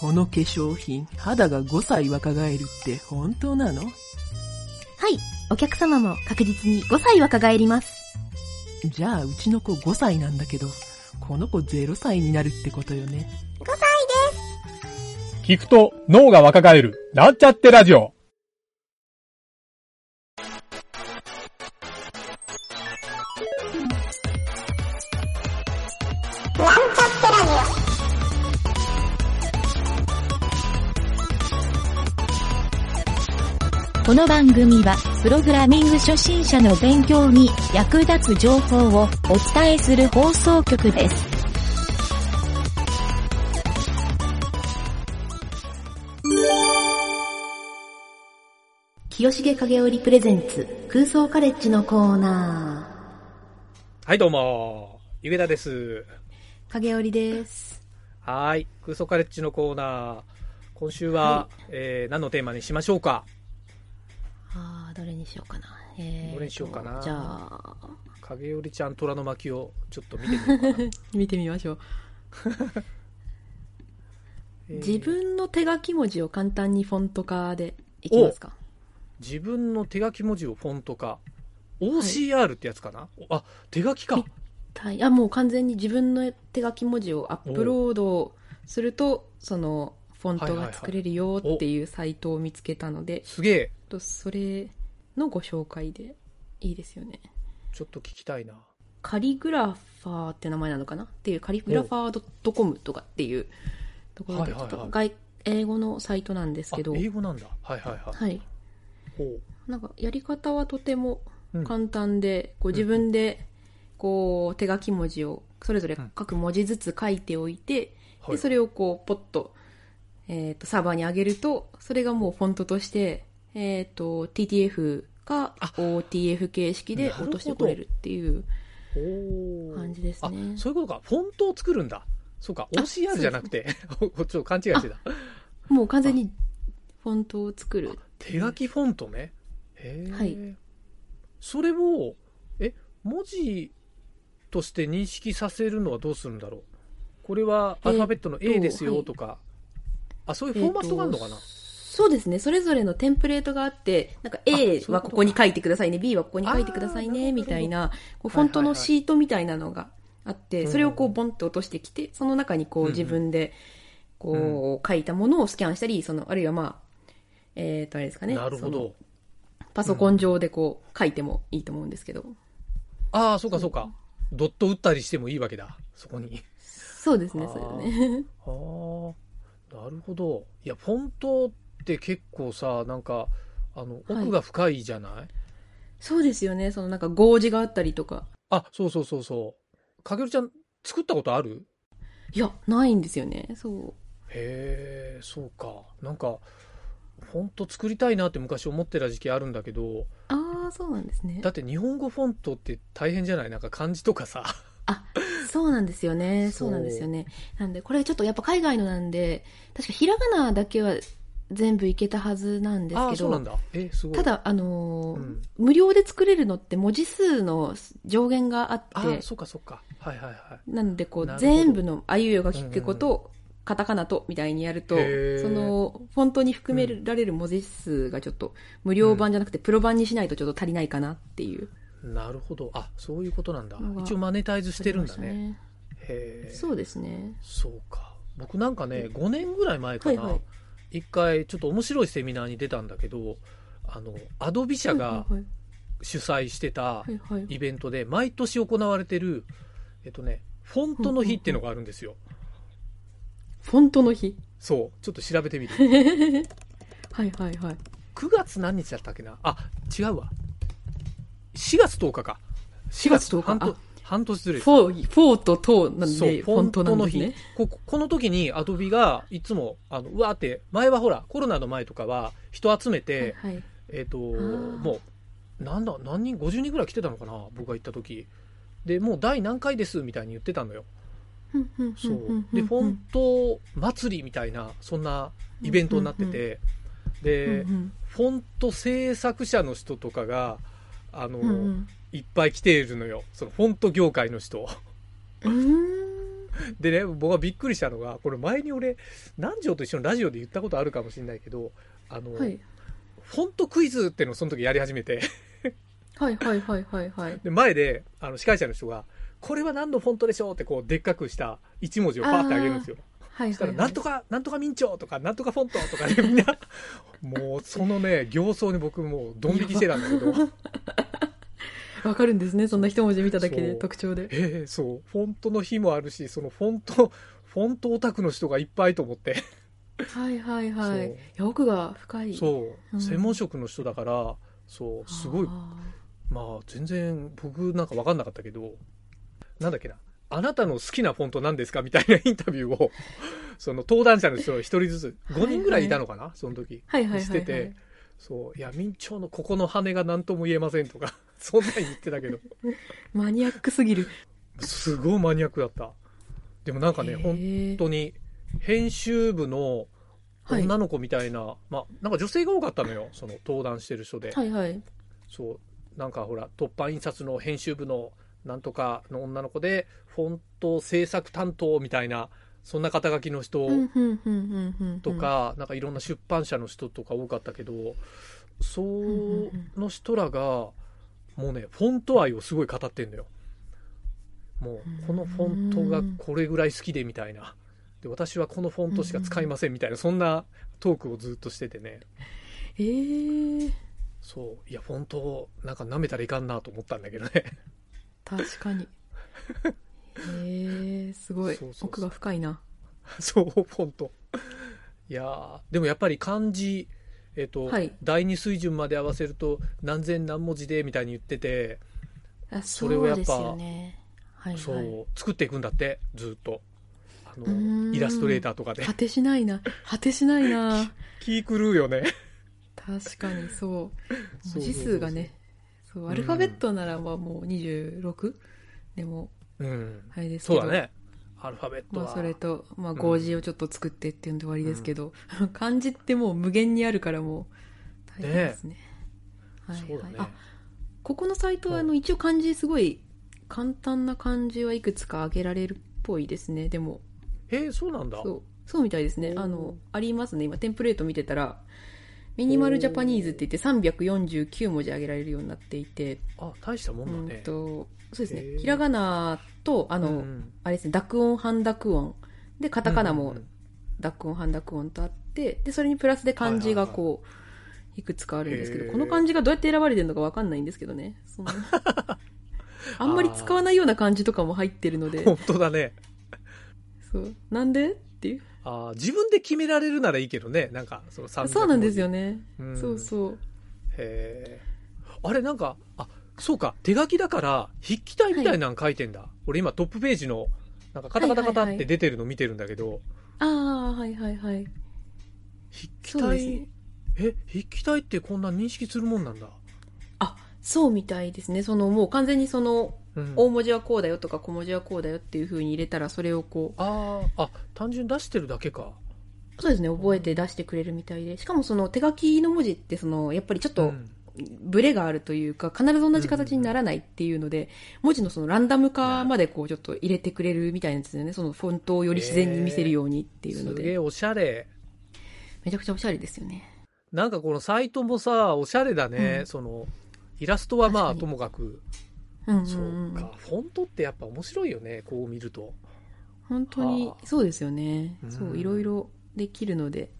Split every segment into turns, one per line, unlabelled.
この化粧品、肌が5歳若返るって本当なの
はい、お客様も確実に5歳若返ります。
じゃあ、うちの子5歳なんだけど、この子0歳になるってことよね。
聞くと脳が若返る、なっちゃってラジオ。
この番組は、プログラミング初心者の勉強に役立つ情報をお伝えする放送局です。
清重影織プレゼンツ空想カレッジのコーナ
はい、どうも。ゆげたです。
ー。影織です。
はーい。空想カレッジのコーナー。今週は、えー、何のテーマにしましょうか
あー、どれにしようかな。えーと
どれにしようかな
じゃあ、
影織ちゃん虎の巻をちょっと見てみよう かな。
見てみましょう。
えー
自分の手書き文字を簡単にフォント化でいきますか。
自分の手書き文字をフォント化。OCR ってやつかな、あ、手書きか。
はい、あもう完全に自分の手書き文字をアップロードするとそのフォントが作れるよっていうサイトを見つけたので、
すげえ。
とそれのご紹介でいいですよね
ちょっと聞きたいな。
カリグラファーって名前なのかなっていうカリグラファー .com とかっていうところで
は
ち
い
ょ
は
っ
いはい
と外英語のサイトなんです
あ
けど、
英語なんだ。はいはいはい。
はい、
ほう
なんかやり方はとても
うん
簡単で、こう自分でこう手書き文字をそれぞれ各文字ずつ書いておいて、
はい
でそれをこうポッと,、えー、とサーバーに上げるとそれがもうフォントとして、えー、と TTF か OTF 形式で
なるほど
落としてくれるっていう
ほう
感じですね
あ、そういうことか。フォントを作るんだ。そうか。
あそうで
OCR
す
じゃなくて。 ちょっと勘違いしてた。
もう完全にフォントを作る
手書きフォントね。へえ。
はい
それを、え、文字として認識させるのはどうするんだろうこれはアルファベットの
えー
A
と
です
は
よ
い
とか、あ、そういうフォーマットがあるのか
えー
な、
とそうですねそれぞれのテンプレートがあってなんか
あそういう
A
ことか
はここに書いてくださいね B はここに書いてください
あ
ね
ー
みたいなこう
ほ
フ
ど
ォントのシートみたいなのがあって、
いはい
それをこうボンって落としてきてその中にこ
うん
う
うん
自分でこう書いたものをスキャンしたりそのあるいはまあえっ、とあれですかね
なる
そ
ほ
の
ど。
パソコン上でこう書いてもいいと思うんですけど、
ああ、そうかそうか。ドット打ったりしてもいいわけだ。そこに。
そうですね
あー
それね
ああ、なるほど。いや、フォントって結構さ、なんか、あの、
はい
奥が深いじゃない、
そうですよねそのなんか合字があったりとか
あ、そうそうそうそう。かけるちゃん、作ったことある
いやないんですよねそう
へえそうかなんかフォント作りたいなって昔思ってた時期あるんだけど
ああそうなんですね
だって日本語フォントって大変じゃないなんか漢字とかさ
そうなんですよね。
そ
そううなんですよね。なんで、これちょっとやっぱ海外のなんで、確かひらがなだけは全部いけたはずなんです
ああ
け
そうなん
ど、
だえすごい
ただ、あのー
うん
無料で作れるのって文字数の上限があ
あ
って
ー、そうかそうかはいはいはい
なのでこ
な
う、
るほど
全部のあいうえおが聞くことを、カタカナとみたいにやると、
へー
その、フォントに含められる文字数がちょっと、無料版じゃなくてプロ版にしないとちょっと足りないかなっていう。
なるほどあそういうことなんだ
のが
一応マネタイズしてるんだね
ありま
へ
したね
え
そうですね。
そうか僕なんかね5年ぐらい前かな、
はいはい
一回ちょっと面白いセミナーに出たんだけどあのアドビ社が
はい
主催してた
はいはいはいはい。
イベントで毎年行われてる、えっとね、フォントの日っていうのがあるんですよ。
フォントの日。
そう、ちょっと調べてみる。
はいはいはい。
9月何日だったっけなあ、違うわ。4月10日か。4
4月10日
半
あ
年、半年ずれ。
フォー、フォーとトーなん
そう、
で、
フ
フォ
ォン
ント
ト
なん
の
です
日
ね。。
ここの時にアドビがいつも、あの、うわーって、前はほら、コロナの前とかは人集め
はい
て、
はい。
えっと、
ー
もう、なんだ、何人 ?50 人ぐらい来てたのかな僕が行った時。で、もう第何回ですみたいに言ってたのよ。そう。で、フォント祭りみたいな、そんなイベントになってて、で、フォント制作者の人とかが、あの、
うんうん
いっぱい来ているのよ。そのフォント業界の人。
うんうん
でね、僕はびっくりしたのが、これ前に俺、南條と一緒のラジオで言ったことあるかもしれないけど、あの、
はい
フォントクイズっていうのをその時やり始めて、
はいはいはいはいはい
で前であの司会者の人が、これは何のフォントでしょうってこうでっかくした一文字をパーってあげるんですよ。
はい
そした
は
ら、
い
な
は
ん
い
とか、なんとか民調とか、なんとかフォントとかで、みんな、もうそのね、形相に僕もうドン引きしてたんだけど、
わかるんですねそんな一文字見ただけで
そう
特徴で
ええそう、フォントの日もあるし、そのフォント、 フォントオタクの人がいっぱいと思って、
はいはいは
そう
いいや奥が深い
そうう、
ん
専門職の人だから、そう、すごい、
あ
まあ、全然僕なんか分かんなかったけど、なんだっけな、あなたの好きなフォントなんですかみたいなインタビューを、 その登壇者の人が一人ずつ、5人ぐらいいたのかな、その時。
ーはいはいはいはい
しててそう、いや、明朝のここの羽が何とも言えませんとか、 そんなん言ってたけど、
マニアックす ぎる
すごいマニアックだった。でもなんかね、
へー
本当に、編集部の
はい
女の子みたいな、まあ、なんか女性が多かったのよ、その登壇してる人で。
はいはい
そう、なんかほら、突破印刷の編集部のなんとかの女の子で、フォント制作担当みたいな、そんな肩書きの人
うんうんうんうんうんうん
とか、なんかいろんな出版社の人とか多かったけど、そ
んうん
の人らが、もうね、フォント愛をすごい語ってんだよ。もう、このフォントがこれぐらい好きでみたいな。で、私はこのフォントしか使いませんみたいな、そんなトークをずっとしててね。
えー
そう。いや、フォント、なんか舐めたらいかんなと思ったんだけどね。
確かにえーすごい
そうそうそう
奥が深いな
そう、フォント。いやーでもやっぱり漢字、えっ、と、
はい
第二水準まで合わせると何千何文字でみたいに言ってて、
あ
それをやっぱ
そうですよねはい
そう、
はい
作っていくんだって、ずっと。あ
うー
の、
ん
イラストレーターとかで
果。てしないな果てしないな
気狂うよね。
確かにそう
そうそうそうそ
文
う
字数がねそうアルファベットならばもう26でも
うん。
あれですけ
そう
ど
だね。アルファベット
ま
は。
あそれと、まあ、
ん
合字をちょっと作ってっていうんで終わりですけど、漢字ってもう無限にあるからもう大変ですねはい
そうだ
はい
ね。
あここのサイトはあ
う
の一応漢字すごい簡単な漢字はいくつか挙げられるっぽいですねでも
えー、そうなんだ。
そうそうみたいですね
おー
あのありますね今テンプレート見てたらミニマルジャパニーズって言って349文字挙げられるようになっていて、
あ、大したも
うん
だね。
とそうです
へ
ね
ー
ひらがなとあの、
うん
あれですね濁音半濁音でカタカナも
うん
濁音半濁音とあってでそれにプラスで漢字がこう、いくつかあるんですけ
へー
どこの漢字がどうやって選ばれてるのかわかんないんですけどねそ のあんまり使わないような漢字とかも入ってるので
本当だね。
そうなんでっていう
あー自分で決められるならいいけどね。なんか、その300
そうなんですよね、
文字。
そ
ん
うそう
へえあれなんかあそうか手書きだから筆記体みたいなの書いてんだ、俺今トップページのなんかカタカタカタ
はいはいは
って
い
出てるの見てるんだけど、
ああはいはいはい
筆記
そうです
体、
ね
え筆記体ってこんな認識するもんなんだ、
あそうみたいですねそのもう完全にその
うん、
大文字はこうだよとか小文字はこうだよっていう風に入れたらそれをこう
あーあ単純に出してるだけか
そうですね、覚えて出してくれるみたいで、しかもその手書きの文字ってその、やっぱりちょっ
う
と
ん
ブレがあるというか、必ず同じ形にならないっていうので、文字のそのランダム化までこうちょっと入れてくれるみたいなんですよね、そのフォントをより自然に見せるようにっていうの
す
で、
げえおしゃれ
めちゃくちゃおしゃれですよね。
なんかこのサイトもさおしゃれだね、
うん
そのイラストはま
確
あ
かに
ともかく
うんうん
そう
うん、
かフォントってやっぱ面白いよねこう見ると
本当に
はあ
そうですよね
う。ん
そう、いろいろできるので、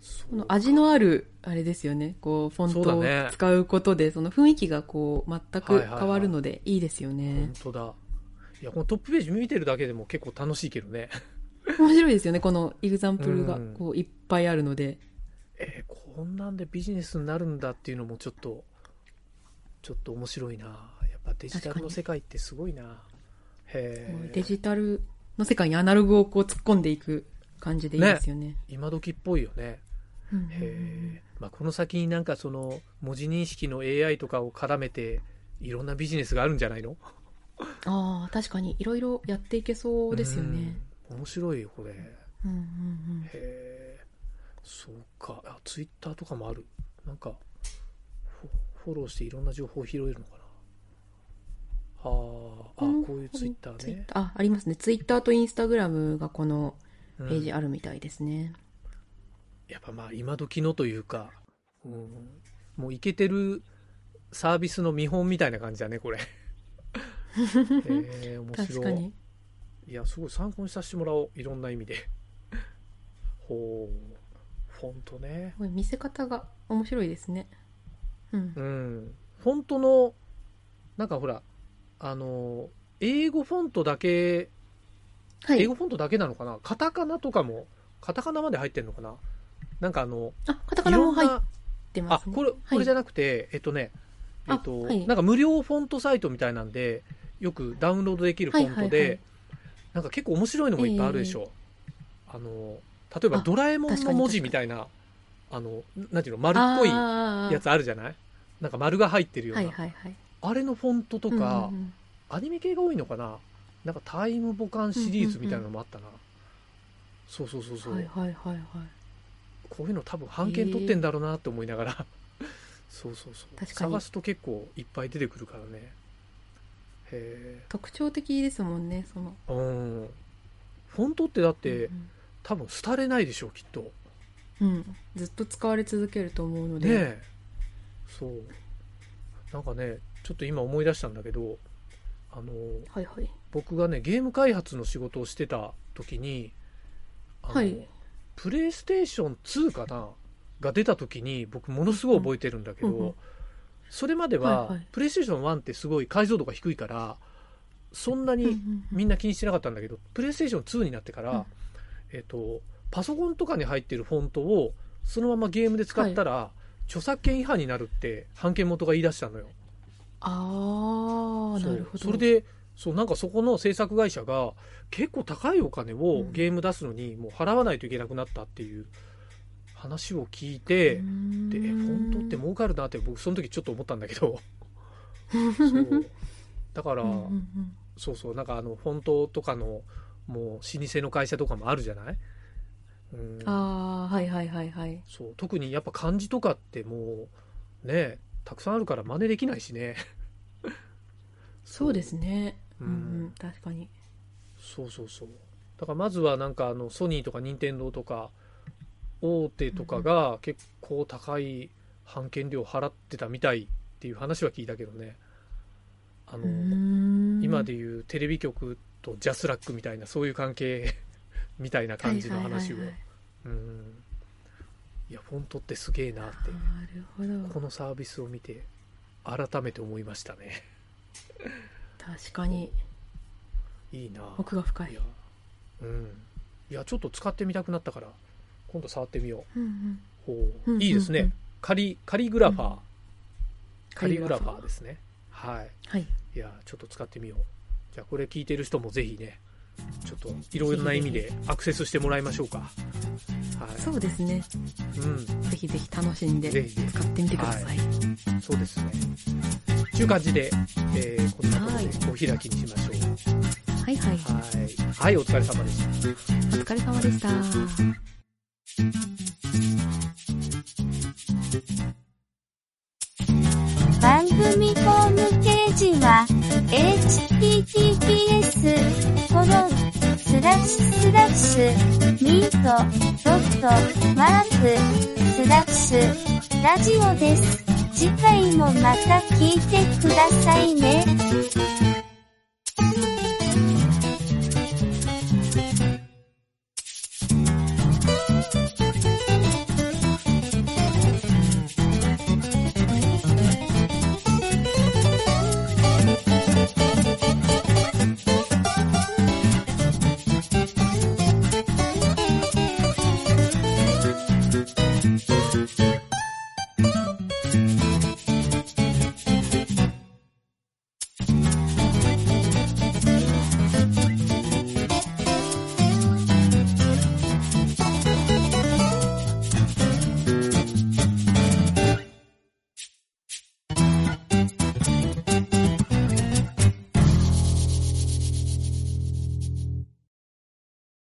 そう
この味のある、あれですよね、こう、フォント
そうだね
を使うことで、その雰囲気がこう、全
は
く
いはいはい
変わるので、いいですよね
本。当だいやこのトップページ見てるだけでも結構楽しいけどね
面白いですよねこのエグザンプルが
うん
こういっぱいあるので、
えーこんなんでビジネスになるんだっていうのもちょっとちょっと面白いなやっぱデジタルの世界ってすごいなへ
こうデ
え
ジタルの世界にアナログをこう突っ込んでいく感じでいいですよね
今時っぽいよね
うんうんうん
へえ、まあ、この先になんかその文字認識の AI とかを絡めていろんなビジネスがあるんじゃないの
ああ確かにいろいろやっていけそうですよね、
うん面白いよこれへ
うんうんうん、
えそうかあツイッターとかもあるなんかフォフォローしていろんな情報を拾えるのかなあーあ、こういうツイッター
ツイッ
ね。
ターあ、ありますね。ツイッターとインスタグラムがこの
う
ペ
ん
ージあるみたいですね。
やっぱまあ今時のというか、うん、もういけてるサービスの見本みたいな感じだねこ れへえ面白い
確かに。
いやすごい参考にさせてもらおういろんな意味でほうフォントね
すごい見せ方が面白いですね。うん。
うんフォントのなんかほらあの英語フォントだけ、
は
英
い
語。フォントだけなのかなカタカナとかもカタカナまで入ってるのかななんかあの
あ、カタカナも入
い
っ
ろんな
てま
あ
すね。
これこれじゃなくて、えっとね、え
あ
っと
はい
なんか無料フォントサイトみたいなんでよくダウンロードできるフ
はい
ォントで、
はいはい
なんか結構面白いのもいっぱいあるでしょ、あの例えば
あ
「ドラえもん」
確か
の
に
文字みたいなあのなんていうの丸っこいや
や
つあるじゃないなんか丸が入ってるような、
はいはいはい。
あれのフォントと
うんうん
か、
うん
アニメ系が多いのかななんかタイムボカンシリーズみたいなのもあったな、そうそうそうそう、
はいはいはいはい。
こういうの多分版権取ってんだろうなって思いながら、 そうそうそう
確かに
探すと結構いっぱい出てくるからねへ
特徴的ですもんね、その。
えうんフォントってだって、
うん
多分廃れないでしょうきっとね
うん、うんずっと使われ続けると思うので。
えそうなんかねちょっと今思い出したんだけどあの
はいはい。
僕がねゲーム開発の仕事をしてた時にあの
はい
プレイステーション2かなが出た時に僕ものすごい覚えてるんだけど、
うんうんうん
それまでは、
はいはい
プレイステーション1ってすごい解像度が低いからそんな
うんう
に
んうん
みんな気にしてなかったんだけど、プレイステーション2になってから、
うん
えっとパソコンとかに入ってるフォントをそのままゲームで使ったら、著作権違反になるって版権元が言い出したのよ。
ああ、
そう
なるほど。
それでそうなんかそこの制作会社が結構高いお金をゲーム出すのにもう払わないといけなくなったっていう話を聞いて、
うーん、
でえフォントって儲かるなって僕その時ちょっと思ったんだけ ど
う
そ
んうん
うだから、
うん
そうそうなんかあのフォントとかのもう老舗の会社とかもあるじゃない、うん、
ああ、はいはいはいはい。
そう特にやっぱ漢字とかってもうねたくさんあるから真似できないしね
そうですね。
う
うんんうん、確かに。
そうそうそうだからまずはなんかあのソニーとか任天堂とか大手とかが結構高い版権料払ってたみたいっていう話は聞いたけどねあの、今
今
でいうテレビ局とジャスラックみたいなそういう関係 みたいな感じの話を
な
うんいやフォントってすげえなって
るほど
このサービスを見て改めて思いましたね
確かに
いいな
奥が深
い
い
やうんいやちょっと使ってみたくなったから今度触ってみよ
うんうん
うほう
うんうん
いいですね、
うん
カリカリグラファー、
うん
カリグラファ
カ
ーですねはい
はい
いやちょっと使ってみようじゃあこれ聞いてる人もぜひねちょっといろいろな意味でアクセスしてもらいましょうかはい
そうですね
うん
ぜひぜひ楽しんで
ぜひぜひ
使ってみてください
そうですねという感じで、えーこんなことでお開きにしましょう
はいはい
はい、はい、お疲れ様でした
お疲れ様でした
番組ホームページは、https, コロン、スラッシュスラッシュ、ミート、ドット、マーク、スラッシュ、ラジオです。次回もまた聞いてくださいね。